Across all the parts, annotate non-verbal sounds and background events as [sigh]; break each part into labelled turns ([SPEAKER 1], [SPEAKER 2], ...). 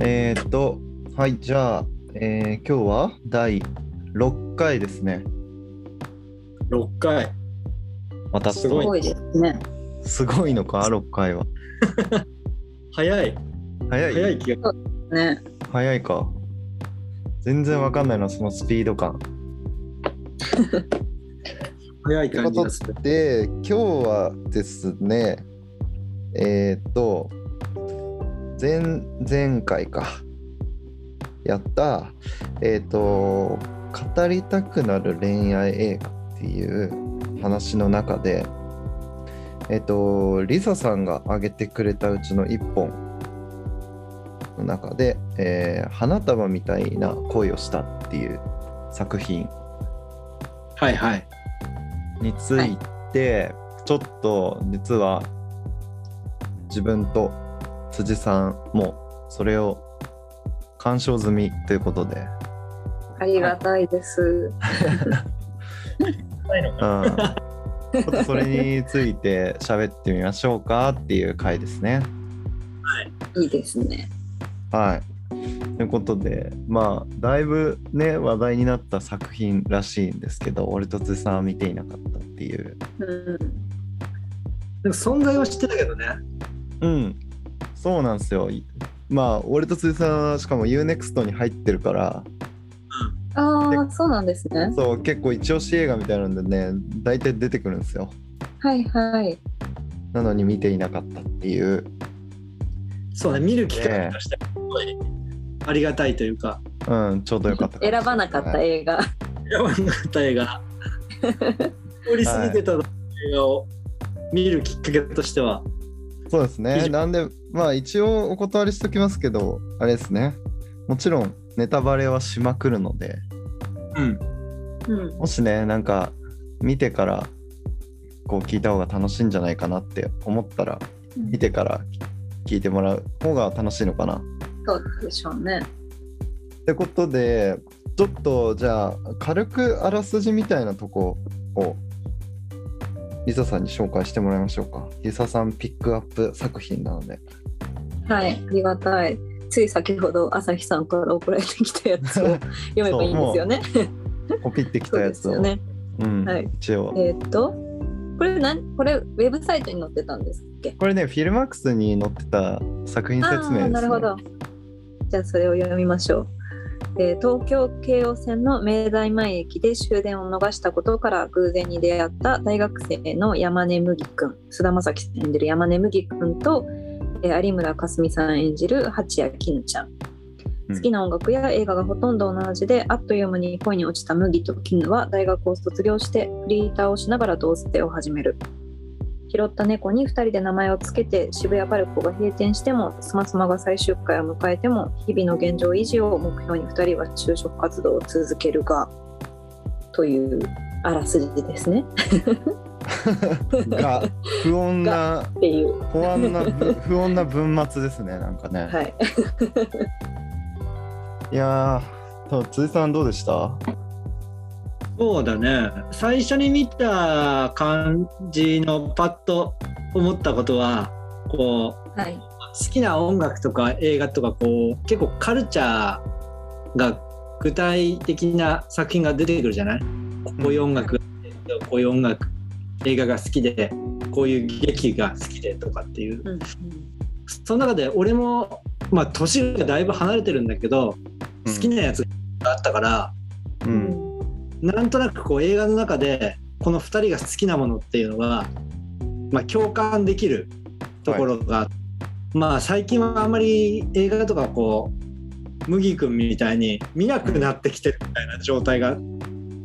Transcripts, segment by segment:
[SPEAKER 1] えーっと、はい、じゃあ、えー今日は第6回ですね。
[SPEAKER 2] 6回。
[SPEAKER 1] また
[SPEAKER 2] すご
[SPEAKER 3] すごいですね。
[SPEAKER 1] すごいのか、6回は。
[SPEAKER 2] 早い。
[SPEAKER 1] 早い
[SPEAKER 2] 早い気が。
[SPEAKER 3] ね。
[SPEAKER 1] 早いか。全然わかんないな、そのスピード感。
[SPEAKER 2] 早い
[SPEAKER 1] というこ
[SPEAKER 2] 感じ
[SPEAKER 1] と
[SPEAKER 2] がする。
[SPEAKER 1] で、今日はですね、えーっと、前前回か、やった、えーっと、語りたくなる恋愛映画っていう話の中で、えーっと、リサさんが挙げてくれたうちの一本の中で、えー花束みたいな恋をしたっていう作品
[SPEAKER 2] はいはい。
[SPEAKER 1] について、ちょっと実は自分と辻さんもそれを鑑賞済みということで、
[SPEAKER 3] ありがたいです。
[SPEAKER 1] うん、ちょっとそれについて喋ってみましょうかっていう回ですね。
[SPEAKER 3] いいですね。
[SPEAKER 1] はい。ということでまあだいぶね話題になった作品らしいんですけど俺と辻さんは見ていなかったっていう。
[SPEAKER 3] うん。
[SPEAKER 2] でも存在は知ってたけどね。
[SPEAKER 1] うんそうなんですよ。まあ俺と辻さんはしかも UNEXT に入ってるから
[SPEAKER 3] ああ、そうなんですね。
[SPEAKER 1] そう結構一押し映画みたいなんでね大体出てくるんですよ
[SPEAKER 3] はいはい。
[SPEAKER 1] なのに見ていなかったっていう、
[SPEAKER 2] そうね、見る機会がして、すごいありがたいというか、
[SPEAKER 1] うん、ちょうどよかったかもしれい
[SPEAKER 3] 選ばなかった映画。
[SPEAKER 2] やばかった映 [laughs] 画。通り過ぎてた映画を見るきっかけとしては、
[SPEAKER 1] そうです
[SPEAKER 2] 以
[SPEAKER 1] ね
[SPEAKER 2] 上
[SPEAKER 1] なんでまあ一応お断りしときますけどあれですねもちろんネタバレはしまくるので
[SPEAKER 2] うん。
[SPEAKER 3] うん。
[SPEAKER 1] もしねなんか見てからこう聞いた方が楽しいんじゃないかなって思ったら見てから聞いてもらう方が楽しいのかな
[SPEAKER 3] そうでしょうね。
[SPEAKER 1] ってことでちょっとじゃあ軽くあらすじみたいなとこをリサさんに紹介してもらいましょうかリサさんピックアップ作品なの
[SPEAKER 3] [laughs]
[SPEAKER 1] で
[SPEAKER 3] はい。ありがたい。つい先ほど朝日さんから送られてきたや
[SPEAKER 1] [laughs]
[SPEAKER 3] つを読めばいいんですよね。
[SPEAKER 1] コピってき
[SPEAKER 3] そ
[SPEAKER 1] た
[SPEAKER 3] う
[SPEAKER 1] や
[SPEAKER 3] で
[SPEAKER 1] つ
[SPEAKER 3] す
[SPEAKER 1] を、
[SPEAKER 3] よね。
[SPEAKER 1] うん
[SPEAKER 3] はい
[SPEAKER 1] 一応
[SPEAKER 3] えーっと、これなんこれウェブサイトに載ってたんですっけ
[SPEAKER 1] これねフィルマックスに載ってた作品説明です、
[SPEAKER 3] あー
[SPEAKER 1] ね、
[SPEAKER 3] なるほど。じゃあそれを読みましょう。えー東京京王線の明大前駅で終電を逃したことから偶然に出会った大学生の山根麦君菅田将暉さん演じる山根麦君と、えー有村架純さん演じる八谷絹ちゃん
[SPEAKER 1] うん
[SPEAKER 3] 好きな音楽や映画がほとんど同じであっという間に恋に落ちた麦と絹は大学を卒業してフリーターをしながら同棲を始める拾った猫に2人で名前をつけて渋谷パルコが閉店してもスマスマが最終回を迎えても日々の現状維持を目標に2人は就職活動を続けるがというあらすじですね
[SPEAKER 1] が不穏な
[SPEAKER 3] っていう
[SPEAKER 1] 不安
[SPEAKER 3] [laughs]
[SPEAKER 1] なぶ不穏な文末ですねなんかね、
[SPEAKER 3] はい
[SPEAKER 1] い、やーと辻さんどうでした
[SPEAKER 2] そうだね。最初に見た感じのパッと思ったことは、こう、
[SPEAKER 3] はい
[SPEAKER 2] 好きな音楽とか映画とかこう結構カルチャーが具体的な作品が出てくるじゃないこういう音楽がこういう音楽映画が好きでこういう劇が好きでとかっていう
[SPEAKER 3] うん
[SPEAKER 2] その中で俺もまあ年がだいぶ離れてるんだけど好きなやつがあったから、
[SPEAKER 1] う
[SPEAKER 3] うん
[SPEAKER 1] ん、
[SPEAKER 2] なんとなくこう映画の中でこの2人が好きなものっていうのが、まあ、共感できるところが、まあ最近はあんまり映画とかこう麦君みたいに見なくなってきてるみたいな状態が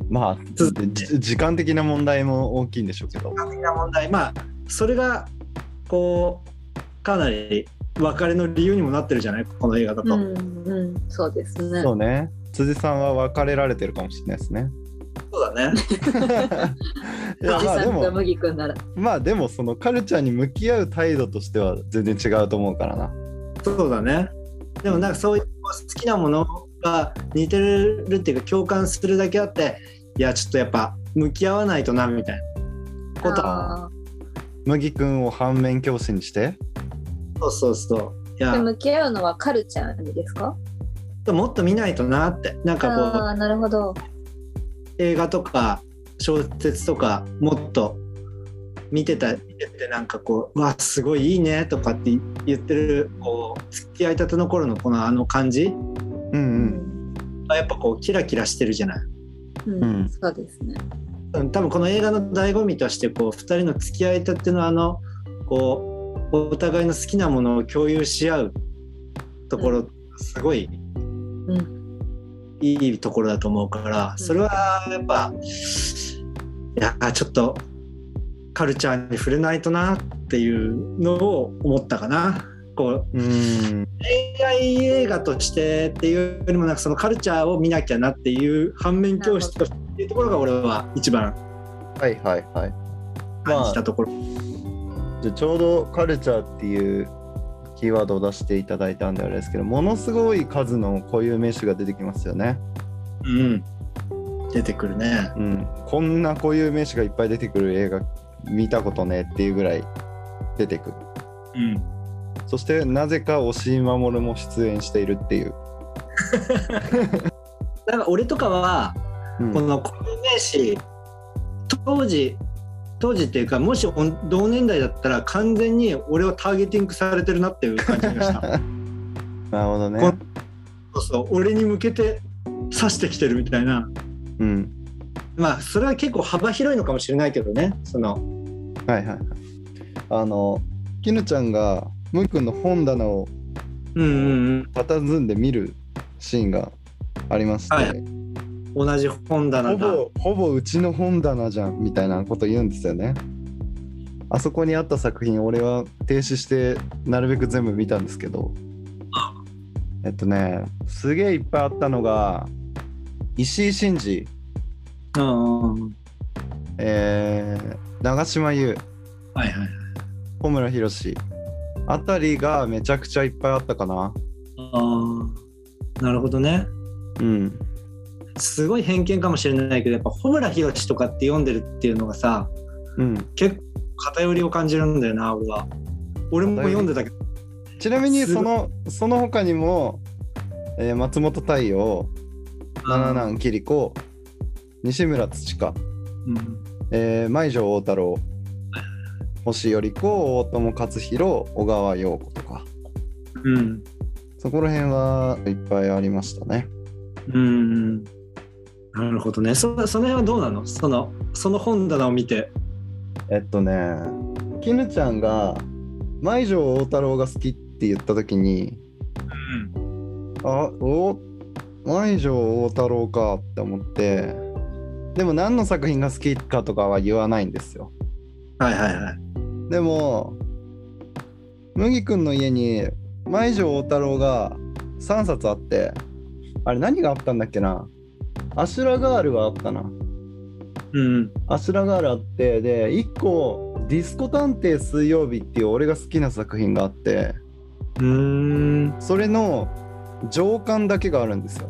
[SPEAKER 1] まあ
[SPEAKER 2] 続
[SPEAKER 1] じ時間的な問題も大きいんでしょうけど
[SPEAKER 2] 的な問題まあそれがこうかなり別れの理由にもなってるじゃないこの映画だと。
[SPEAKER 3] うんうんそうですね
[SPEAKER 1] そうね。辻さんは別れられてるかもしれないですね。
[SPEAKER 2] そうだね
[SPEAKER 1] い
[SPEAKER 3] お
[SPEAKER 1] や
[SPEAKER 3] じ
[SPEAKER 1] まあで
[SPEAKER 3] さんと
[SPEAKER 1] も、
[SPEAKER 3] 麦君なら
[SPEAKER 1] まあでもそのカルチャーに向き合う態度としては全然違うと思うからな。
[SPEAKER 2] そうだねでもなんかそういうこう好きなものが似てるっていうか共感するだけあっていやちょっとやっぱ向き合わないとなみたいなことは
[SPEAKER 3] あー
[SPEAKER 1] 麦君を反面教師にして、
[SPEAKER 2] そうそうそういや
[SPEAKER 3] で向き合うのはカルチャーにですか
[SPEAKER 2] もっと見ないとなってなんかこう
[SPEAKER 3] ああなるほど
[SPEAKER 2] 映画とか小説とかもっと見てた見ててなんかこう「うわすごいいいね」とかって言ってるこう付き合いたての頃のこのあの感じ
[SPEAKER 1] う
[SPEAKER 3] うん
[SPEAKER 2] あやっぱこうキラキラしてるじゃない。
[SPEAKER 3] うん、
[SPEAKER 1] うん
[SPEAKER 3] そうですね
[SPEAKER 2] うん多分この映画の醍醐味としてこう2人の付き合いたてのあのこうお互いの好きなものを共有し合うところすごい
[SPEAKER 3] うん
[SPEAKER 2] いいところだと思うからそれはやっぱいやーちょっとカルチャーに触れないとなっていうのを思ったかな。こう
[SPEAKER 1] うんうん
[SPEAKER 2] 恋愛映画としてっていうよりもなんかそのカルチャーを見なきゃなっていう反面教師としてっていうところが俺は一番
[SPEAKER 1] はいはいはい
[SPEAKER 2] 感じたところ。
[SPEAKER 1] じゃあちょうどカルチャーっていうキーワードを出していただいたんであれですけどものすごい数の固有名詞が出てきますよね、
[SPEAKER 2] うん、出てくるね。
[SPEAKER 1] うん、こんな固有名詞がいっぱい出てくる映画見たことねっていうぐらい出てくる
[SPEAKER 2] うん、
[SPEAKER 1] そしてなぜか押井守も出演しているっていう、
[SPEAKER 2] だから俺とかは
[SPEAKER 1] うん
[SPEAKER 2] この固有名詞当時当時っていうかもしおん同年代だったら完全に俺をターゲティングされてるなっていう感じが
[SPEAKER 1] [laughs]
[SPEAKER 2] した
[SPEAKER 1] なるほどね
[SPEAKER 2] こそうそう俺に向けて刺してきてるみたいな
[SPEAKER 1] うん
[SPEAKER 2] まあそれは結構幅広いのかもしれないけどねその
[SPEAKER 1] はいはいはいあの絹ちゃんがむいくんの本棚を
[SPEAKER 2] うんうん
[SPEAKER 1] 佇んで見るシーンがありまして、
[SPEAKER 2] はいうん同じ本棚
[SPEAKER 1] ほ
[SPEAKER 2] だ
[SPEAKER 1] ぼほぼうちの本棚じゃんみたいなこと言うんですよねあそこにあった作品俺は停止してなるべく全部見たんですけどえっとねすげえいっぱいあったのが石井真二、
[SPEAKER 2] うんうんうん
[SPEAKER 1] えー長島優
[SPEAKER 2] はいはい
[SPEAKER 1] 小村宏あたりがめちゃくちゃいっぱいあったかな
[SPEAKER 2] あーなるほどね
[SPEAKER 1] うん
[SPEAKER 2] すごい偏見かもしれないけどやっぱ穂村弘とかって読んでるっていうのがさ
[SPEAKER 1] うん
[SPEAKER 2] 偏りを感じるんだよな俺は俺も読んでたけど
[SPEAKER 1] ちなみにそのその他にも、えー松本太陽七
[SPEAKER 2] うん
[SPEAKER 1] 男桐子西村土香
[SPEAKER 2] うん
[SPEAKER 1] えー、舞城太郎星より子大友克洋小川陽子とか
[SPEAKER 2] うん
[SPEAKER 1] そこら辺はいっぱいありましたね
[SPEAKER 2] うんなるほどねそその辺はどうなのそのその本棚を見て
[SPEAKER 1] えっとね絹ちゃんが舞城大太郎が好きって言った時にあお舞城大太郎かって思ってでも何の作品が好きかとかは言わないんですよ
[SPEAKER 2] はいはいはい
[SPEAKER 1] でも麦君の家に舞城大太郎が3冊あってあれ何があったんだっけなアシュラガールはあったな
[SPEAKER 2] うん
[SPEAKER 1] アシュラガールあってで1個「ディスコ探偵水曜日」っていう俺が好きな作品があって
[SPEAKER 2] うーん
[SPEAKER 1] それの上巻だけがあるんですよ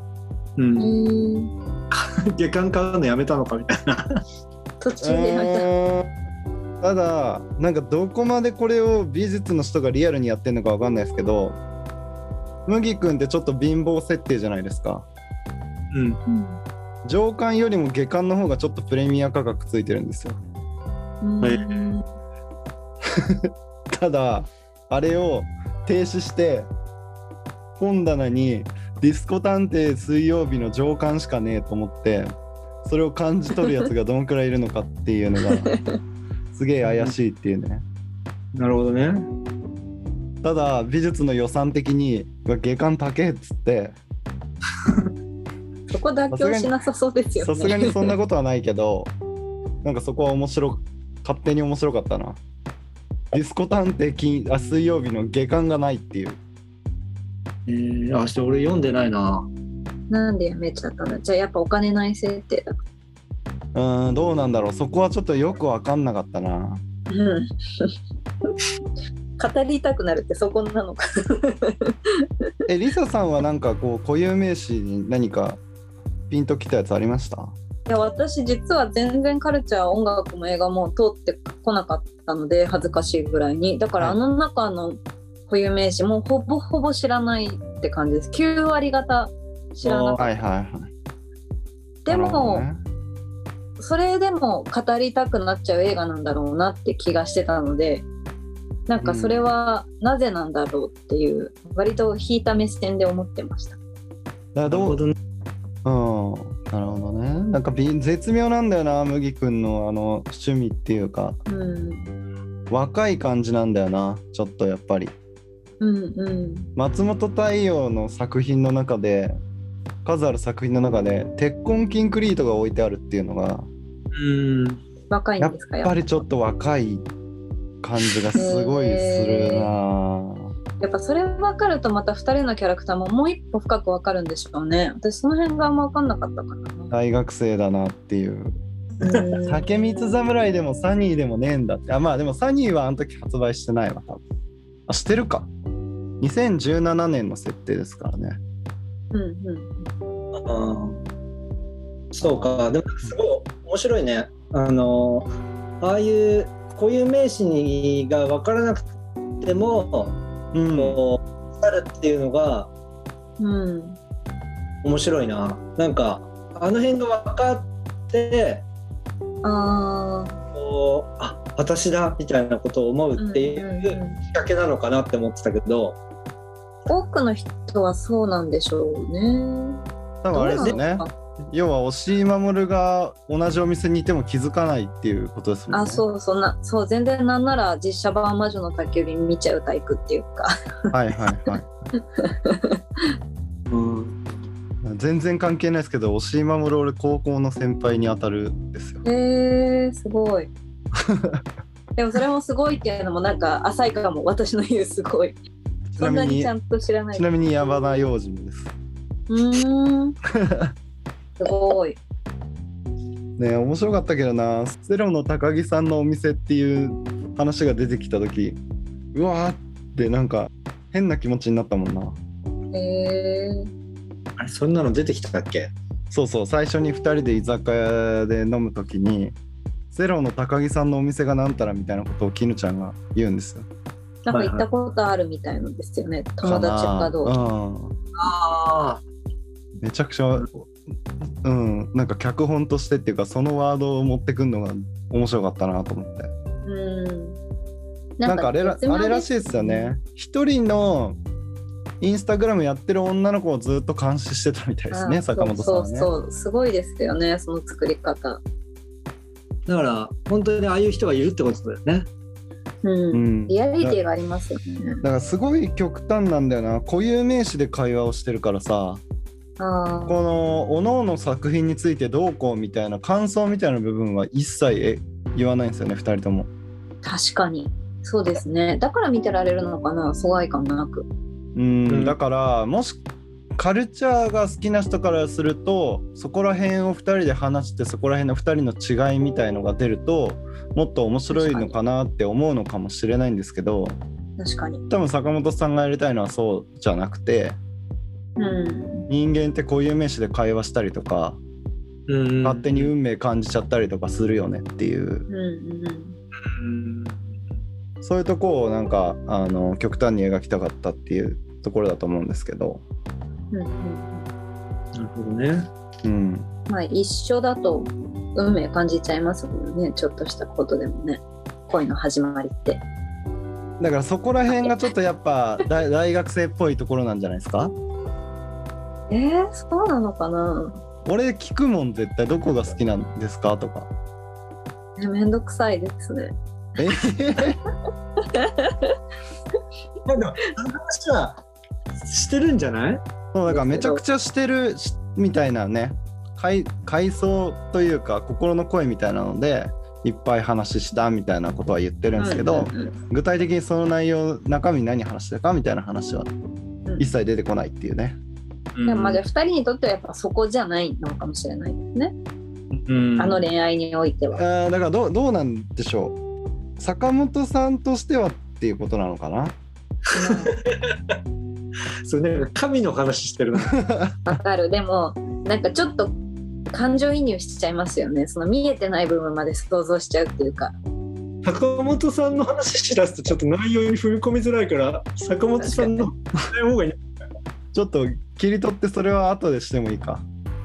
[SPEAKER 2] うん
[SPEAKER 3] うん
[SPEAKER 2] 下巻買うのやめたのかみたいな
[SPEAKER 3] 途中でやめ
[SPEAKER 1] うんただなんかどこまでこれを美術の人がリアルにやってるのかわかんないですけど麦君ってちょっと貧乏設定じゃないですか
[SPEAKER 2] うん
[SPEAKER 3] た、うん
[SPEAKER 1] 上巻よりも下巻の方がちょっとプレミア価格ついてるんですよ
[SPEAKER 3] うん
[SPEAKER 2] はい
[SPEAKER 1] ただあれを停止して本棚に「ディスコ探偵水曜日」の上巻しかねえと思ってそれを感じ取るやつがどのくらいいるのかっていうのがすげえ怪しいっていうね
[SPEAKER 2] なるほどね
[SPEAKER 1] ただ美術の予算的にうわ下巻高えっつって
[SPEAKER 3] そこ妥協しなさそうですよね
[SPEAKER 1] さすがにそんなことはないけ
[SPEAKER 3] [laughs]
[SPEAKER 1] どなんかそこは面白勝手に面白かったなディスコ探偵金あ水曜日の下巻がないっていう
[SPEAKER 2] えー、あして俺読んでないな
[SPEAKER 3] なんでやめちゃったんだじゃあやっぱお金ない設定だか
[SPEAKER 1] うーんどうなんだろうそこはちょっとよく分かんなかったな
[SPEAKER 3] らうん語りたくなるってそこなのか [laughs]
[SPEAKER 1] えリサさんはなんかこう固有名詞に何かピンときたやつありました
[SPEAKER 3] いや私実は全然カルチャー音楽も映画も通ってこなかったので恥ずかしいぐらいにだから
[SPEAKER 1] は
[SPEAKER 3] あ
[SPEAKER 1] い
[SPEAKER 3] の中の固有名詞もうほぼほぼ知らないって感じです9割方知らなか
[SPEAKER 1] は
[SPEAKER 3] っ
[SPEAKER 1] いはいはい。
[SPEAKER 3] たで
[SPEAKER 1] なるほ
[SPEAKER 3] も、
[SPEAKER 1] どね
[SPEAKER 3] それでも語りたくなっちゃう映画なんだろうなって気がしてたのでなんかそれはなぜなんだろうっていう、割と引いた目線で思ってました
[SPEAKER 1] だから
[SPEAKER 2] なる
[SPEAKER 1] ど
[SPEAKER 2] ほ
[SPEAKER 1] う
[SPEAKER 2] どね。
[SPEAKER 1] うん、なるほどね。なんかび絶妙なんだよな、麦くんのあの趣味っていうか、
[SPEAKER 3] うん
[SPEAKER 1] 若い感じなんだよな、ちょっとやっぱり。
[SPEAKER 3] うんうん
[SPEAKER 1] 松本太陽の作品の中で、数ある作品の中で、鉄痕キンクリートが置いてあるっていうのが、
[SPEAKER 2] うん。
[SPEAKER 3] 若い
[SPEAKER 1] や
[SPEAKER 3] ん
[SPEAKER 1] っ
[SPEAKER 3] ですか
[SPEAKER 1] ぱ
[SPEAKER 3] や
[SPEAKER 1] りちょっと若い感じがすごいする
[SPEAKER 3] へ
[SPEAKER 1] な。
[SPEAKER 3] やっぱそれ分かるとまた2人のキャラクターももう一歩深く分かるんでしょうね私その辺があんま分かんなかったかな
[SPEAKER 1] 大学生だなっていう。
[SPEAKER 3] うん
[SPEAKER 1] 竹光侍でもサニーでもねえんだってあまあでもサニーはあの時発売してないわ多分あしてるか2017年の設定ですからね
[SPEAKER 3] うんうん
[SPEAKER 2] うんそうか、でもすごい面白いね。あのああいう固有名詞にが分からなくても、
[SPEAKER 1] うん
[SPEAKER 2] こう腐るっていうのが
[SPEAKER 3] うん
[SPEAKER 2] 面白いな。なんかあの辺が分かって、
[SPEAKER 3] ああ
[SPEAKER 2] こうあ私だみたいなことを思うってい
[SPEAKER 3] うん
[SPEAKER 2] う
[SPEAKER 3] うんう
[SPEAKER 2] き
[SPEAKER 3] ん
[SPEAKER 2] っかけなのかなって思ってたけど、
[SPEAKER 3] 多くの人はそうなんでしょうね。
[SPEAKER 1] 多分あれですよね
[SPEAKER 3] どうなのか
[SPEAKER 1] 要は押井守が同じお店にいても気づかないっていうことですもん
[SPEAKER 3] あ、
[SPEAKER 1] ね
[SPEAKER 3] そうそうな、そう、全然なんなら実写版魔女の宅急便見ちゃうタイプっていうか。
[SPEAKER 1] はいはいはい
[SPEAKER 2] うん、
[SPEAKER 1] 全然関係ないですけど押井守俺高校の先輩に当たるんですよ
[SPEAKER 3] へえー、す
[SPEAKER 1] [laughs]
[SPEAKER 3] ごい。でもそれもすごいっていうのもなんか浅いかも私の言うすごい
[SPEAKER 1] ち
[SPEAKER 3] そ
[SPEAKER 1] なん
[SPEAKER 3] な
[SPEAKER 1] み
[SPEAKER 3] に
[SPEAKER 1] に
[SPEAKER 3] ちゃんと知らない
[SPEAKER 1] ちなみに山田洋次です
[SPEAKER 3] うーんすごい
[SPEAKER 1] ね面白かったけどなセロの高木さんのお店っていう話が出てきた時うわーってなんか変な気持ちになったもんな
[SPEAKER 3] へえー、
[SPEAKER 2] あれそんなの出てきたっけ？
[SPEAKER 1] そうそう最初に2人で居酒屋で飲む時にセロの高木さんのお店がなんたらみたいなことを絹ちゃんが言うんですよ
[SPEAKER 3] なんか行ったことあるみたいなんですよね友達かどうか
[SPEAKER 1] か
[SPEAKER 2] ああ、
[SPEAKER 1] うんめちゃくちゃうんなんか脚本としてっていうかそのワードを持ってくんのが面白かったなと思って
[SPEAKER 3] うん
[SPEAKER 1] なんかあれら
[SPEAKER 3] 絶妙
[SPEAKER 1] あれらしいですよね。一人のインスタグラムやってる女の子をずっと監視してたみたいです
[SPEAKER 3] あ
[SPEAKER 1] ね、
[SPEAKER 3] ー
[SPEAKER 1] 坂本さんはね。
[SPEAKER 3] そうそうそうすごいですよねその作り方
[SPEAKER 2] だから本当にああいう人がいるってことだよね。
[SPEAKER 3] うん、
[SPEAKER 1] うん、
[SPEAKER 3] リアリティ
[SPEAKER 1] だ
[SPEAKER 3] がありますよ
[SPEAKER 1] だ
[SPEAKER 3] ね
[SPEAKER 1] からすごい極端なんだよな固有名詞で会話をしてるからさ
[SPEAKER 3] あ
[SPEAKER 1] こ
[SPEAKER 3] あ
[SPEAKER 1] のおのの作品についてどうこうみたいな感想みたいな部分は一切え言わないんですよね2人とも。
[SPEAKER 3] 確かにそうですねだから見てられるのかな疎外感もなく
[SPEAKER 1] うん
[SPEAKER 2] うん
[SPEAKER 1] だからもしカルチャーが好きな人からするとそこら辺を2人で話してそこら辺の2人の違いみたいのが出るともっと面白いのかなって思うのかもしれないんですけど
[SPEAKER 3] 確かに
[SPEAKER 1] 多分坂本さんがやりたいのはそうじゃなくて
[SPEAKER 3] うん
[SPEAKER 1] 人間ってこういう名詞で会話したりとか
[SPEAKER 2] うん
[SPEAKER 1] 勝手に運命感じちゃったりとかするよねっていう
[SPEAKER 3] うんうん
[SPEAKER 2] うん
[SPEAKER 1] そういうとこをなんかあの極端に描きたかったっていうところだと思うんですけど。
[SPEAKER 3] うんうん
[SPEAKER 2] なるほどね。
[SPEAKER 1] うん
[SPEAKER 3] まあ一緒だと運命感じちゃいますもんねちょっとしたことでもね恋の始まりって
[SPEAKER 1] だからそこら辺がちょっとやっぱ [laughs] 大大学生っぽいところなんじゃないですか
[SPEAKER 3] えー、そうなのかな
[SPEAKER 1] 俺聞くもん絶対どこが好きなんですかとか
[SPEAKER 3] えめんどくさいですね
[SPEAKER 1] え [laughs]
[SPEAKER 2] まあでも、あの話はしてるんじゃない
[SPEAKER 1] そうだからめちゃくちゃしてるしみたいなね回回想というか心の声みたいなのでいっぱい話したみたいなことは言ってるんですけど、
[SPEAKER 3] うんうん
[SPEAKER 1] 具体的にその内容中身何話したかみたいな話は
[SPEAKER 3] うん
[SPEAKER 1] 一切出てこないっていうね、
[SPEAKER 3] でもまあじゃあ2人にとってはやっぱそこじゃないのかもしれないですね、
[SPEAKER 2] うん
[SPEAKER 3] あの恋愛におい [laughs] ては。
[SPEAKER 1] あーだからどうどうなんでしょう坂本さんとしてはっていうことなのかな
[SPEAKER 2] そうね、神の話してるな。
[SPEAKER 3] わかるでもなんかちょっと感情移入しちゃいますよねその見えてない部分まで想像しちゃうっていうか
[SPEAKER 2] 坂本さんの話しだすとちょっと内容に踏み込みづらいから坂本さんの話の方がいい
[SPEAKER 1] ちょっと切り取ってそれは後でしてもいいか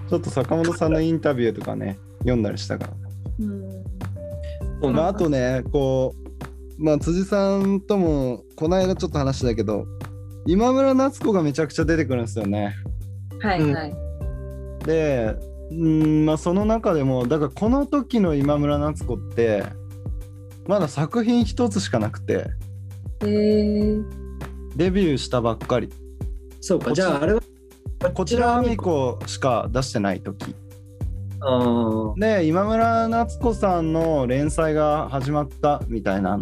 [SPEAKER 1] ちょっと坂本さんのインタビューとかね読んだりしたから
[SPEAKER 3] うん
[SPEAKER 2] そう
[SPEAKER 1] まあ、
[SPEAKER 2] な
[SPEAKER 1] あとねこう、まあ、辻さんともこの間ちょっと話だけど今村夏子がめちゃくちゃ出てくるんですよね。
[SPEAKER 3] はいはい。
[SPEAKER 1] でうん、まあ、その中でもだからこの時の今村夏子ってまだ作品一つしかなくて
[SPEAKER 3] へえ
[SPEAKER 1] デビューしたばっかり
[SPEAKER 2] そうかじゃああれは
[SPEAKER 1] こちらあみこしか出してない時
[SPEAKER 2] あー
[SPEAKER 1] で今村夏子さんの連載が始まったみたいな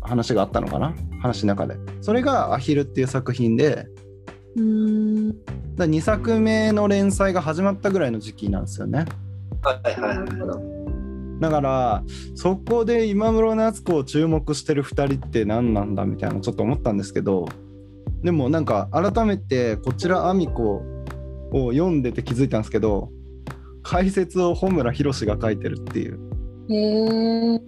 [SPEAKER 1] 話があったのかな話の中でそれが「アヒル」っていう作品で。
[SPEAKER 3] うーん。
[SPEAKER 1] だ2作目の連載が始まったぐらいの時期なんですよね
[SPEAKER 2] はいは
[SPEAKER 3] ないるほど。
[SPEAKER 1] だからそこで今室夏子を注目してる2人って何なんだみたいなのちょっと思ったんですけどでもなんか改めてこちらあみこを読んでて気づいたんですけど解説を本村博が書いてるっていう
[SPEAKER 3] へえ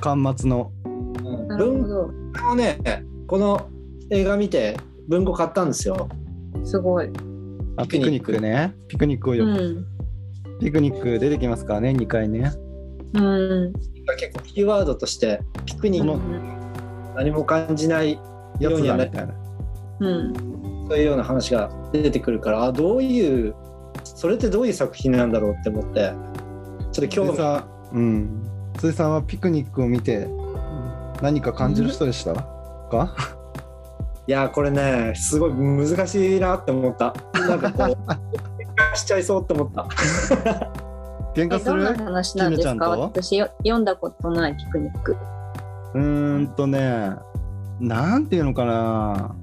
[SPEAKER 1] 巻末の
[SPEAKER 2] うん
[SPEAKER 3] なるほ
[SPEAKER 2] 文
[SPEAKER 3] ど。
[SPEAKER 2] 庫をねこの映画見て文庫買ったんですよ
[SPEAKER 3] すごい。
[SPEAKER 1] あピ
[SPEAKER 2] ピ
[SPEAKER 1] ク
[SPEAKER 2] ク
[SPEAKER 1] ニ
[SPEAKER 2] ニ
[SPEAKER 1] ッ
[SPEAKER 2] ッ
[SPEAKER 1] ク
[SPEAKER 2] ク
[SPEAKER 1] ねピクニックを
[SPEAKER 3] う
[SPEAKER 1] よ、
[SPEAKER 3] ん。
[SPEAKER 1] ピクニック出てきますからね2回ね
[SPEAKER 3] うん。
[SPEAKER 2] 結構キーワードとしてピクニック何も感じない
[SPEAKER 1] やつ
[SPEAKER 2] よ
[SPEAKER 1] だ
[SPEAKER 2] うにはな
[SPEAKER 1] みたいな
[SPEAKER 3] うん。
[SPEAKER 2] そういうような話が出てくるからあどういうそれってどういう作品なんだろうって思ってちょっと興
[SPEAKER 1] 辻
[SPEAKER 2] 味
[SPEAKER 1] さん、うん、辻さんはピクニックを見て何か感じる人でしたか
[SPEAKER 2] いやーこれねすごい難しいなって思ったなんかこう喧嘩しちゃいそうって思った
[SPEAKER 1] 喧嘩
[SPEAKER 3] え
[SPEAKER 1] す
[SPEAKER 3] どんな
[SPEAKER 1] る
[SPEAKER 3] 話なんで
[SPEAKER 1] キ
[SPEAKER 3] す
[SPEAKER 1] ヌちゃ
[SPEAKER 3] か
[SPEAKER 1] んと
[SPEAKER 3] 私よ読んだことないピクニック。
[SPEAKER 1] うーんとねなんていうのかな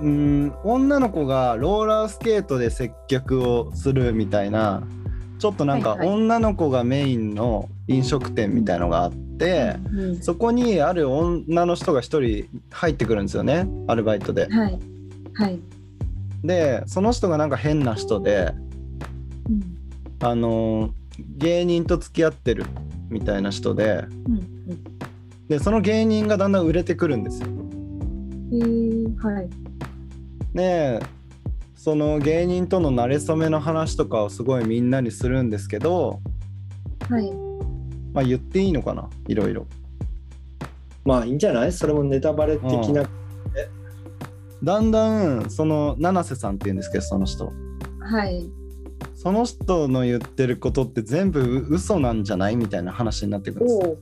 [SPEAKER 1] うーん女の子がローラースケートで接客をするみたいなちょっとなんか
[SPEAKER 3] はいはい
[SPEAKER 1] 女の子がメインの飲食店みたいのがあって、
[SPEAKER 3] うん
[SPEAKER 1] そこにある女の人が一人入ってくるんですよねアルバイトで。
[SPEAKER 3] はい。はい。
[SPEAKER 1] でその人がなんか変な人で
[SPEAKER 3] うん
[SPEAKER 1] あの芸人と付き合ってるみたいな人で
[SPEAKER 3] うん
[SPEAKER 1] でその芸人がだんだん売れてくるんですよ。
[SPEAKER 3] うん。へえはい。
[SPEAKER 1] でその芸人との馴れ初めの話とかをすごいみんなにするんですけど、
[SPEAKER 3] はい。
[SPEAKER 1] まあ、言っていいのかないろいろ。
[SPEAKER 2] まあいいんじゃないそれもネタバレ的な、
[SPEAKER 1] だんだんその七瀬さんっていうんですけどその人
[SPEAKER 3] はい。
[SPEAKER 1] その人の言ってることって全部う嘘なんじゃないみたいな話になってくるんですよ。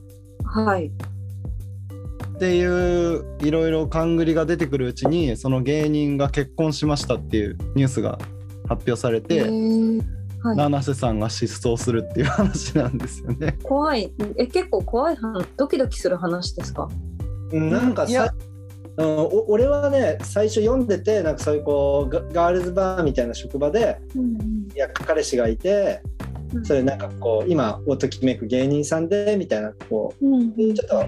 [SPEAKER 3] おお。はい。
[SPEAKER 1] っていういろいろ勘繰りが出てくるうちにその芸人が結婚しましたっていうニュースが発表されて、
[SPEAKER 3] へーはい
[SPEAKER 1] 七瀬さんが失踪するっていう話なんですよね。 [laughs]
[SPEAKER 3] 怖い。え、結構怖い話、ドキドキする話ですか。
[SPEAKER 2] なんか
[SPEAKER 1] いや
[SPEAKER 2] さ、うん、お俺はね最初読んでてなんかそういうこうガガールズバーみたいな職場で
[SPEAKER 3] うん
[SPEAKER 2] いや彼氏がいてそれなんかこう今をときめく芸人さんでみたいなこ
[SPEAKER 3] うん
[SPEAKER 2] うちょっとは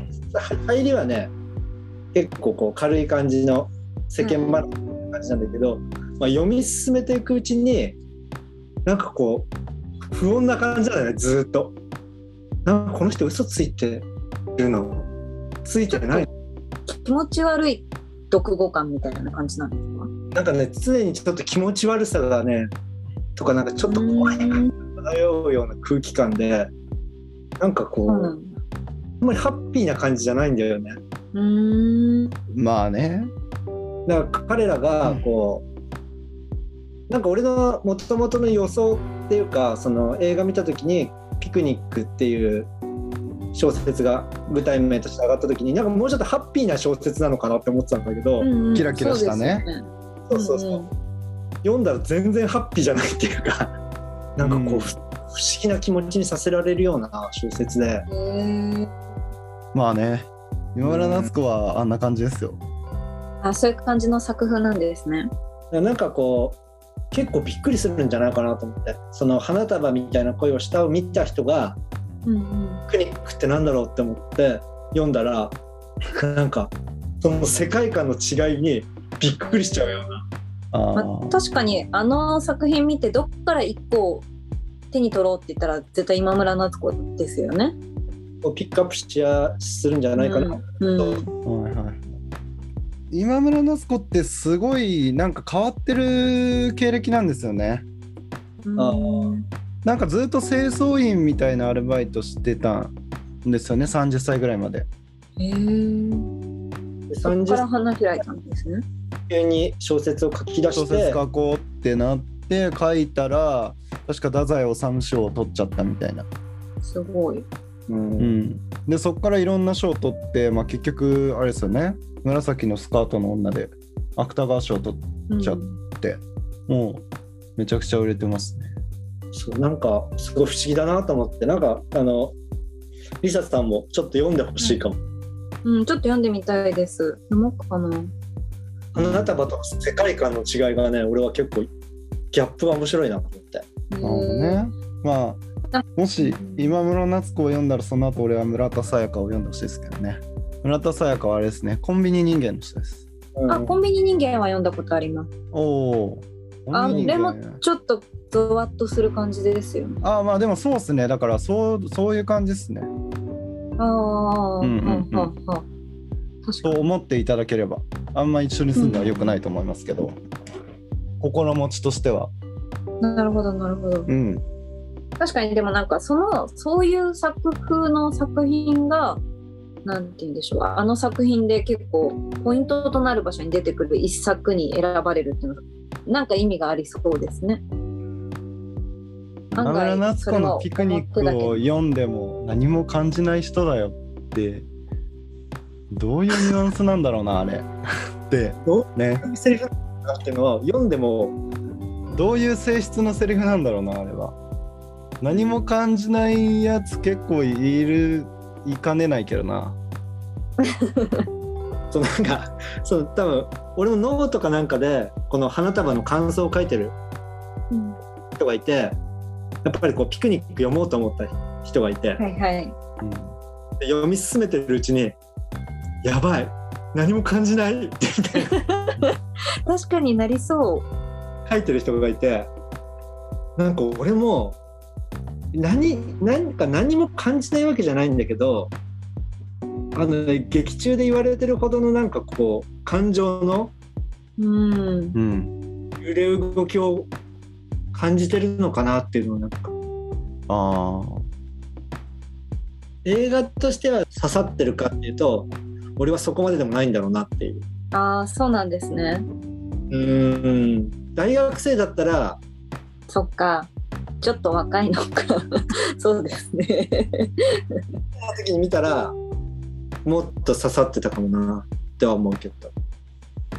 [SPEAKER 2] 入りはね結構こう軽い感じの世間話な感じなんだけど、まあ、読み進めていくうちになんかこう不穏な感じだよねずーっと。なんかこの人嘘ついてるのついてない
[SPEAKER 3] 気持ち悪い読後感みたいな感じなんですか。
[SPEAKER 2] なんかね常にちょっと気持ち悪さがねとかなんかちょっと怖い
[SPEAKER 3] うん
[SPEAKER 2] 漂うような空気感でなんかこう、
[SPEAKER 3] そうなんだ。
[SPEAKER 2] あんまりハッピーな感じじゃないんだよね。
[SPEAKER 3] うーん。
[SPEAKER 1] まあね
[SPEAKER 2] だから彼らがこう、なんか俺のもともとの予想っていうかその映画見た時に「ピクニック」っていう小説が舞台名として上がった時になんかもうちょっとハッピーな小説なのかなって思ってたんだけど、
[SPEAKER 3] うんうん
[SPEAKER 1] キラキラしたね。
[SPEAKER 2] そうそうそう、
[SPEAKER 3] ん
[SPEAKER 2] 読んだら全然ハッピーじゃないっていうかなんかこう、
[SPEAKER 1] うん
[SPEAKER 2] ふ不思議な気持ちにさせられるような小説で。
[SPEAKER 3] うんへー
[SPEAKER 1] まあね今村夏子はあんな感じですよ。
[SPEAKER 3] あ、そういう感じの作風なんですね。
[SPEAKER 2] なんかこう結構びっくりするんじゃないかなと思ってその花束みたいな恋をしたを見た人が
[SPEAKER 3] うんうん。
[SPEAKER 2] ピクニックってなんだろうって思って読んだらなんかその世界観の違いにびっくりしちゃうような
[SPEAKER 1] あ
[SPEAKER 3] まあ、
[SPEAKER 1] ー
[SPEAKER 3] 確かにあの作品見てどっから一個を手に取ろうって言ったら絶対今村夏子ですよね。
[SPEAKER 2] をピックアップしやするんじゃないかな、
[SPEAKER 3] うん
[SPEAKER 2] そう
[SPEAKER 1] はいはい今村夏子ってすごいなんか変わってる経歴なんですよね
[SPEAKER 3] うん
[SPEAKER 2] あ
[SPEAKER 1] なんかずっと清掃員みたいなアルバイトしてたんですよね30歳ぐらいまで
[SPEAKER 3] へー
[SPEAKER 2] で
[SPEAKER 3] そこから
[SPEAKER 2] 30
[SPEAKER 3] 花開いたんですね。
[SPEAKER 2] 級に小説を書き出
[SPEAKER 1] 小
[SPEAKER 2] し
[SPEAKER 1] 説
[SPEAKER 2] て
[SPEAKER 1] 書こうってなって書いたら確か太宰治賞を取っちゃったみたいな、
[SPEAKER 3] すごい。
[SPEAKER 2] うん
[SPEAKER 1] うん、でそっからいろんな賞を取って、まあ、結局あれですよね紫のスカートの女で芥川賞を取っ
[SPEAKER 3] うん
[SPEAKER 1] ちゃてもうめちゃくちゃ売れてますね
[SPEAKER 2] そうなんかすごい不思議だなと思ってなんかあのリサさんもちょっと読んでほしいかも、
[SPEAKER 3] うん、ちょっと読んでみたいです。読もうかな。
[SPEAKER 2] 花束と世界観の違いがね俺は結構ギャップが面白いなと思って
[SPEAKER 3] な
[SPEAKER 1] なるほどね。まあ
[SPEAKER 3] あ、
[SPEAKER 1] もし今室夏子を読んだら、その後俺は村田沙耶香を読んでほしいですけどね。村田沙耶香はあれですね、コンビニ人間の人です。
[SPEAKER 2] うん
[SPEAKER 3] あ、コンビニ人間は読んだことあります。
[SPEAKER 1] おお。
[SPEAKER 3] あ
[SPEAKER 1] コンビニ人間
[SPEAKER 3] でちょっとゾワッとする感じですよね。
[SPEAKER 1] ああまあでもそうですねだからそうそういう感じですね
[SPEAKER 3] ああ、
[SPEAKER 1] うんうんうん
[SPEAKER 3] はあはあ確か
[SPEAKER 1] と
[SPEAKER 3] に。
[SPEAKER 1] 思っていただければあんま一緒に住んでは良くないと思いますけど、心持ちとしては
[SPEAKER 3] なるほど、なるほど。
[SPEAKER 1] うん
[SPEAKER 3] 確かにでもなんかそのそういう作風の作品がなんて言うんでしょうあの作品で結構ポイントとなる場所に出てくる一作に選ばれるっていうのなんか意味がありそうですね。
[SPEAKER 1] 今村夏子のピクニックを読んでも何も感じない人だよってどういうニュアンスなんだろうなあれって
[SPEAKER 2] お
[SPEAKER 1] ね
[SPEAKER 2] そういうセリフなんだなっていうのは読んでも
[SPEAKER 1] どういう性質のセリフなんだろうなあれは何も感じないやつ結構いるいかねないけどな
[SPEAKER 2] そうなんかそう多分俺もノートかなんかでこの花束の感想を書いてる
[SPEAKER 3] うん
[SPEAKER 2] 人がいてやっぱりこうピクニック読もうと思った人がいて、
[SPEAKER 3] はいはい。
[SPEAKER 1] うん
[SPEAKER 2] で読み進めてるうちに「やばい何も感じない」ってみたいな
[SPEAKER 3] 確かになりそう。
[SPEAKER 2] 書いてる人がいてなんか俺も何何か何も感じないわけじゃないんだけどあのね劇中で言われてるほどのなんかこう感情の
[SPEAKER 3] うん。
[SPEAKER 1] うん
[SPEAKER 2] 揺れ動きを感じてるのかなっていうのをなんか
[SPEAKER 1] ああ
[SPEAKER 2] 映画としては刺さってるかっていうと俺はそこまででもないんだろうなっていう。
[SPEAKER 3] ああそうなんですね。
[SPEAKER 2] うん大学生だったら
[SPEAKER 3] そっか。ちょっと若いのか。 [laughs] そうですね。
[SPEAKER 2] その時に見たらもっと刺さってたかもなっては思うけど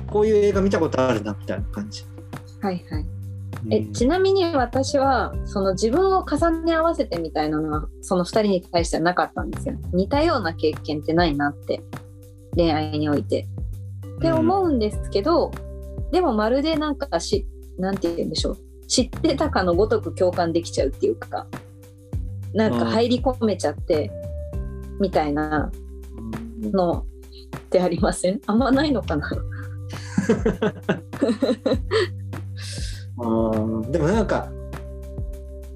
[SPEAKER 2] こういう映画見たことあるなみたいな感じ
[SPEAKER 3] はいはい。
[SPEAKER 1] う
[SPEAKER 3] え
[SPEAKER 1] ん
[SPEAKER 3] ちなみに私はその自分を重ね合わせてみたいなのはその2人に対してはなかったんですよ似たような経験ってないなって恋愛において。って思うんですけど、でもまるでなんかしなんて言うんでしょう知ってたかのごとく共感できちゃうっていうかなんか入り込めちゃってみたいなのってありませんあんまないのかな
[SPEAKER 2] うんでもなんか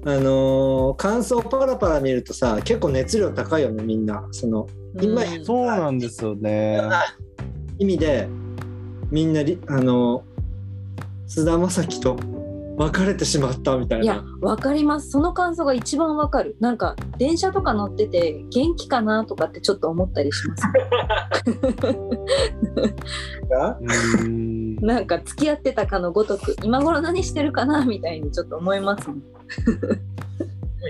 [SPEAKER 2] あのー感想パラパラ見るとさ結構熱量高いよねみんなその今
[SPEAKER 3] うん
[SPEAKER 1] そうなんですよね
[SPEAKER 2] 意味でみんなりあの菅、田将暉と別れてしまったみたい
[SPEAKER 3] いや
[SPEAKER 2] な、
[SPEAKER 3] わかります。その感想が一番わかる。なんか、電車とか乗ってて、元気かなとかってちょっと思ったりし
[SPEAKER 2] [laughs]
[SPEAKER 3] ます。
[SPEAKER 1] うん
[SPEAKER 3] なんか、付き合ってたかのごとく、今頃何してるかなみたいにちょっと思いますもん。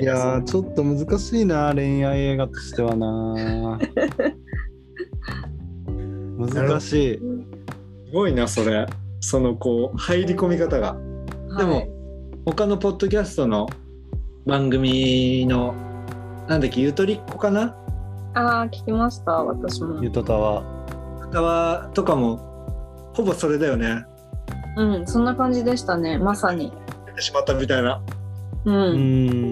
[SPEAKER 1] いやーちょっと難しいな恋愛映画としてはな難しい
[SPEAKER 2] すごいなそれそのこう入り込み方が。でも、
[SPEAKER 3] はい
[SPEAKER 2] 他のポッドキャストの番組のなんだっけゆとりっ子かな
[SPEAKER 3] ああ、聞きました、私も
[SPEAKER 1] ゆ。とたは
[SPEAKER 2] 側とかもほぼそれだよね
[SPEAKER 3] うん、そんな感じでしたね、まさに。
[SPEAKER 2] やってしまったみたいな
[SPEAKER 3] う。
[SPEAKER 1] うんん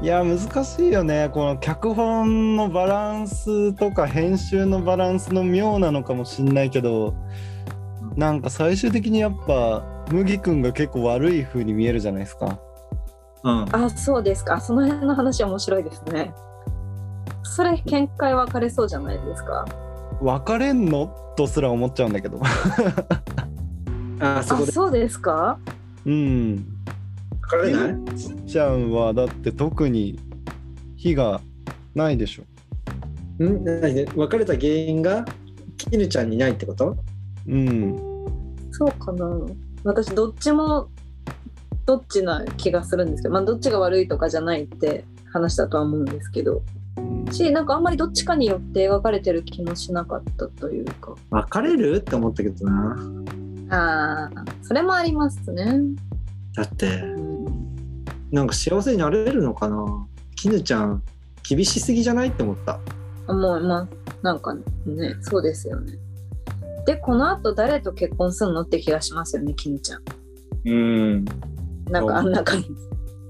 [SPEAKER 1] いや難しいよねこの脚本のバランスとか編集のバランスの妙なのかもしんないけどなんか最終的にやっぱ麦君が結構悪い風に見えるじゃないですか
[SPEAKER 2] うん
[SPEAKER 3] あ、そうですか。その辺の話面白いですね。それ見解分かれそうじゃないですか
[SPEAKER 1] 別れんのとすら思っちゃうんだけど [laughs]
[SPEAKER 2] あそ
[SPEAKER 3] あ
[SPEAKER 2] こで
[SPEAKER 3] そうですか
[SPEAKER 1] うん
[SPEAKER 2] 書かれない
[SPEAKER 1] ちゃんはだって特に火がないでしょ
[SPEAKER 2] ん何で別れた原因がキヌちゃんにないってこと
[SPEAKER 1] うん
[SPEAKER 3] そうかな私どっちもどっちな気がするんですけど、まあ、どっちが悪いとかじゃないって話だとは思うんですけど
[SPEAKER 1] うん
[SPEAKER 3] [laughs] しなんかあんまりどっちかによって描かれてる気もしなかったというか
[SPEAKER 2] 別れるって思ったけどな
[SPEAKER 3] ああそれもありますね、
[SPEAKER 2] だって
[SPEAKER 3] うん、
[SPEAKER 2] なんか幸せになれるのかなキヌちゃん厳しすぎじゃないって思った
[SPEAKER 3] もうまあなんかねそうですよねでこのあと誰と結婚するのって気がしますよねきぬちゃん
[SPEAKER 2] うん
[SPEAKER 3] なんかあんな感じ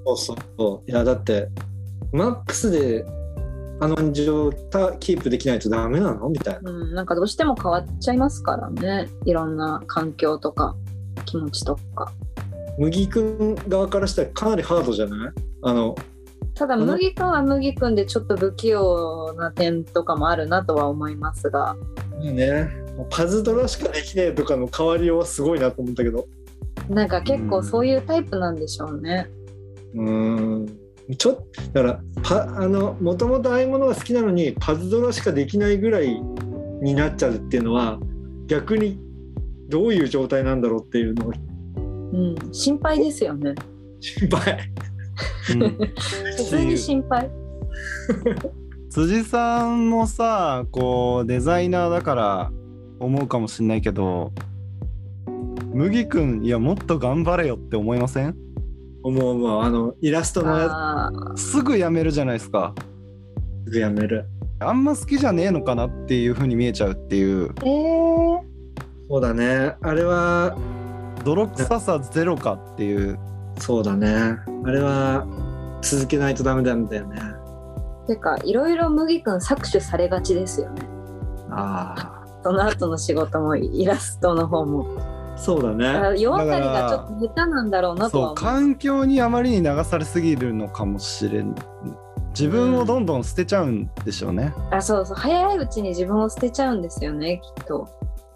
[SPEAKER 2] そうそうそういやだってマックスであの感情をたキープできないとダメなのみたいな
[SPEAKER 3] うん、なんかどうしても変わっちゃいますからねいろんな環境とか気持ちとか
[SPEAKER 2] 麦くん側からしたらかなりハードじゃないあの
[SPEAKER 3] ただ
[SPEAKER 2] うん
[SPEAKER 3] 麦君は麦君でちょっと不器用な点とかもあるなとは思いますが
[SPEAKER 2] ねパズドラしかできねえとかの変わりようはすごいなと思ったけど
[SPEAKER 3] なんか結構そういうタイプなんでしょうね、
[SPEAKER 2] うーんちょっとだからパあのもともとああいうものが好きなのにパズドラしかできないぐらいになっちゃうっていうのは逆にどういう状態なんだろうっていうのを
[SPEAKER 3] うん、心配ですよね
[SPEAKER 2] 心配
[SPEAKER 1] うん、
[SPEAKER 3] 普通に心配
[SPEAKER 1] 辻さんもさこうデザイナーだから思うかもしんないけど麦くんいやもっと頑張れよって思いません
[SPEAKER 2] 思う思うあのイラストのや
[SPEAKER 3] あー
[SPEAKER 1] すぐ辞めるじゃないですか
[SPEAKER 2] つやめる
[SPEAKER 1] あんま好きじゃねえのかなっていう風に見えちゃうっていう
[SPEAKER 3] えー、
[SPEAKER 2] そうだねあれは
[SPEAKER 1] 泥臭さゼロかっていう
[SPEAKER 2] そうだねあれは続けないとダメなんだよね
[SPEAKER 3] てかいろいろ麦君搾取されがちですよね
[SPEAKER 2] あ
[SPEAKER 3] その後の仕事もイラストの方も
[SPEAKER 2] あそうだ
[SPEAKER 3] だか
[SPEAKER 2] ね
[SPEAKER 3] ら世渡りがちょっと下手なんだろうなとは
[SPEAKER 1] そう
[SPEAKER 3] 思う
[SPEAKER 1] 環境にあまりに流されすぎるのかもしれん自分をどんどん捨てちゃうんでしょうね、
[SPEAKER 3] あそうそう早いうちに自分を捨てちゃうんですよねきっと。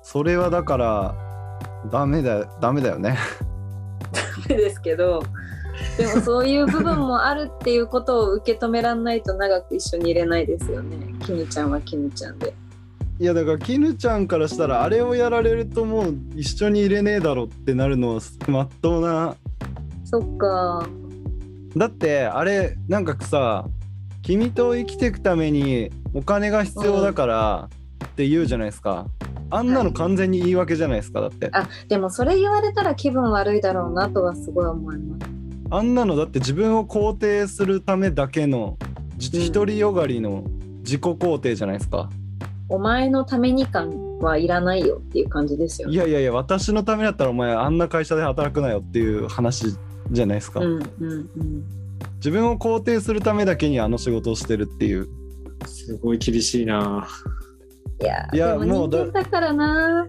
[SPEAKER 1] それはだからダメだダメだよね
[SPEAKER 3] ですけどでもそういう部分もあるっていうことを受け止めらんないと長く一緒にいれないですよね。きぬちゃんはきぬちゃんで。
[SPEAKER 1] いやだから絹ちゃんからしたらあれをやられるともう一緒にいれねえだろってなるのはまっとうな
[SPEAKER 3] そっか
[SPEAKER 1] だってあれなんかさ君と生きていくためにお金が必要だからって言うじゃないですかあんなの完全に言い訳じゃないですかだって
[SPEAKER 3] あでもそれ言われたら気分悪いだろうなとはすごい思います。
[SPEAKER 1] あんなのだって自分を肯定するためだけのじ
[SPEAKER 2] うん
[SPEAKER 1] 独りよがりの自己肯定じゃないですか
[SPEAKER 3] お前のために感はいらないよっていう感じですよ
[SPEAKER 1] い
[SPEAKER 3] ね。
[SPEAKER 1] やいやいや私のためだったらお前あんな会社で働くなよっていう話じゃないですか
[SPEAKER 3] うんうんうん。
[SPEAKER 1] 自分を肯定するためだけにあの仕事をしてるっていう
[SPEAKER 2] すごい厳しいない
[SPEAKER 3] や
[SPEAKER 1] いや
[SPEAKER 3] でも
[SPEAKER 1] もうだ
[SPEAKER 3] 人間だからな。
[SPEAKER 1] うん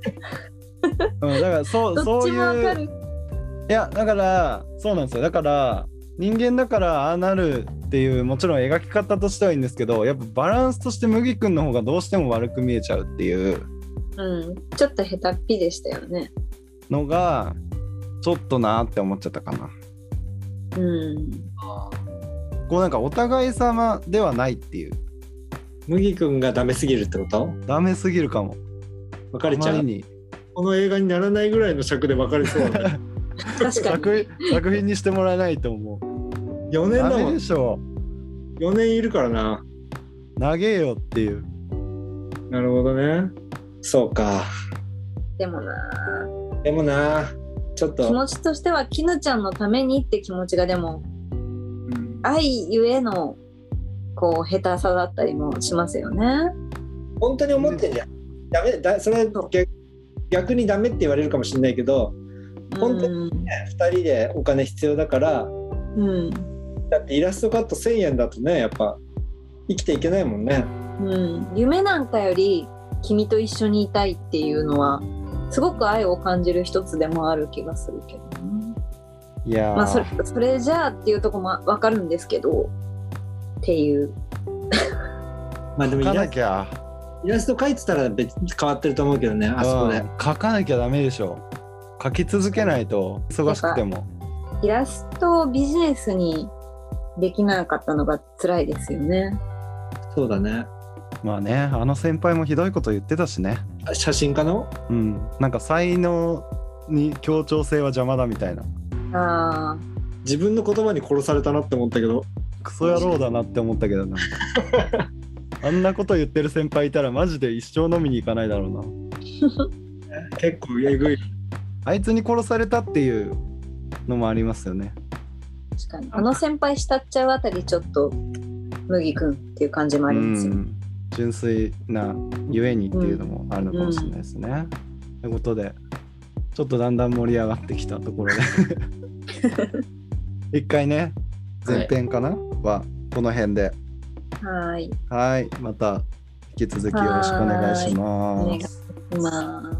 [SPEAKER 1] だからそう
[SPEAKER 3] [laughs] どっ
[SPEAKER 1] そう
[SPEAKER 3] ち
[SPEAKER 1] い
[SPEAKER 3] もわか
[SPEAKER 1] う
[SPEAKER 3] る。
[SPEAKER 1] いやだからそうなんですよだから人間だからああなるっていうもちろん描き方としてはいいんですけどやっぱバランスとして麦君の方がどうしても悪く見えちゃうっていう
[SPEAKER 3] うん、ちょっと下手っぴでしたよね。
[SPEAKER 1] のがちょっとなーって思っちゃったかな
[SPEAKER 3] うん。
[SPEAKER 1] こうなんかお互い様ではないっていう
[SPEAKER 2] 麦くんがダメすぎるってこと
[SPEAKER 1] ダメすぎるかも
[SPEAKER 2] 別れち
[SPEAKER 1] あ
[SPEAKER 2] ゃ
[SPEAKER 1] まり
[SPEAKER 2] う
[SPEAKER 1] に
[SPEAKER 2] この映画にならないぐらいの尺で別れそうだね
[SPEAKER 3] 確かに。
[SPEAKER 1] 作作品にしてもらえないと思う
[SPEAKER 2] [laughs] 4年
[SPEAKER 1] ダ
[SPEAKER 2] だも
[SPEAKER 1] メ
[SPEAKER 2] ん
[SPEAKER 1] でしょ
[SPEAKER 2] 4年いるからな
[SPEAKER 1] 投げよっていう
[SPEAKER 2] なるほどねそうか
[SPEAKER 3] でもな
[SPEAKER 2] でもなちょっ
[SPEAKER 3] 気
[SPEAKER 2] と、
[SPEAKER 3] 持ちとしてはきぬちゃんのためにって気持ちがでも
[SPEAKER 2] うん
[SPEAKER 3] 愛ゆえのこう下手さだったりもしますよね。
[SPEAKER 2] 本当に思ってんじゃんダメだそれは逆逆にダメって言われるかもしれないけど本当
[SPEAKER 3] に、
[SPEAKER 2] 2人でお金必要だから
[SPEAKER 3] うん
[SPEAKER 2] だってイラストカット1000円だとねやっぱ生きていけないもんね
[SPEAKER 3] うん、夢なんかより君と一緒にいたいっていうのはすごく愛を感じる一つでもある気がするけどね。
[SPEAKER 1] いやー、
[SPEAKER 3] まあそれそれじゃあっていうとこもわかるんですけどっていう
[SPEAKER 2] まあでもイ
[SPEAKER 1] 書か
[SPEAKER 2] ラ
[SPEAKER 1] な
[SPEAKER 2] ス
[SPEAKER 1] きゃ
[SPEAKER 2] イラスト描いてたら別変わってると思うけどねあそこで
[SPEAKER 1] うん書かなきゃダメでしょ書き続けないと忙しくても
[SPEAKER 3] イラストをビジネスにできなかったのが辛いですよね。
[SPEAKER 2] そうだね
[SPEAKER 1] まあねあの先輩もひどいこと言ってたしね
[SPEAKER 2] あ写真家の
[SPEAKER 1] うんなんか才能に協調性は邪魔だみたいな
[SPEAKER 3] ああ、
[SPEAKER 2] 自分の言葉に殺されたなって思ったけど
[SPEAKER 1] クソ野郎だなって思ったけど
[SPEAKER 2] [laughs]
[SPEAKER 1] なあんなこと言ってる先輩いたらマジで一生飲みに行かないだろうな
[SPEAKER 2] 結構えぐい
[SPEAKER 1] あいつに殺されたっていうのもありますよね
[SPEAKER 3] 確かに。あの先輩慕っちゃうあたり、ちょっと麦君っていう感じもありますよ
[SPEAKER 1] う
[SPEAKER 3] ね。
[SPEAKER 1] ん純粋なゆえにっていうのもあるのかもしれないですね。ということでちょっとだんだん盛り上がってきたと [laughs] ころで一回ね前編かな、はこの辺で
[SPEAKER 3] はーい。
[SPEAKER 1] はいまた引き続きよろしくお願いし
[SPEAKER 3] お願
[SPEAKER 1] ま
[SPEAKER 3] いし
[SPEAKER 1] す。
[SPEAKER 3] ます。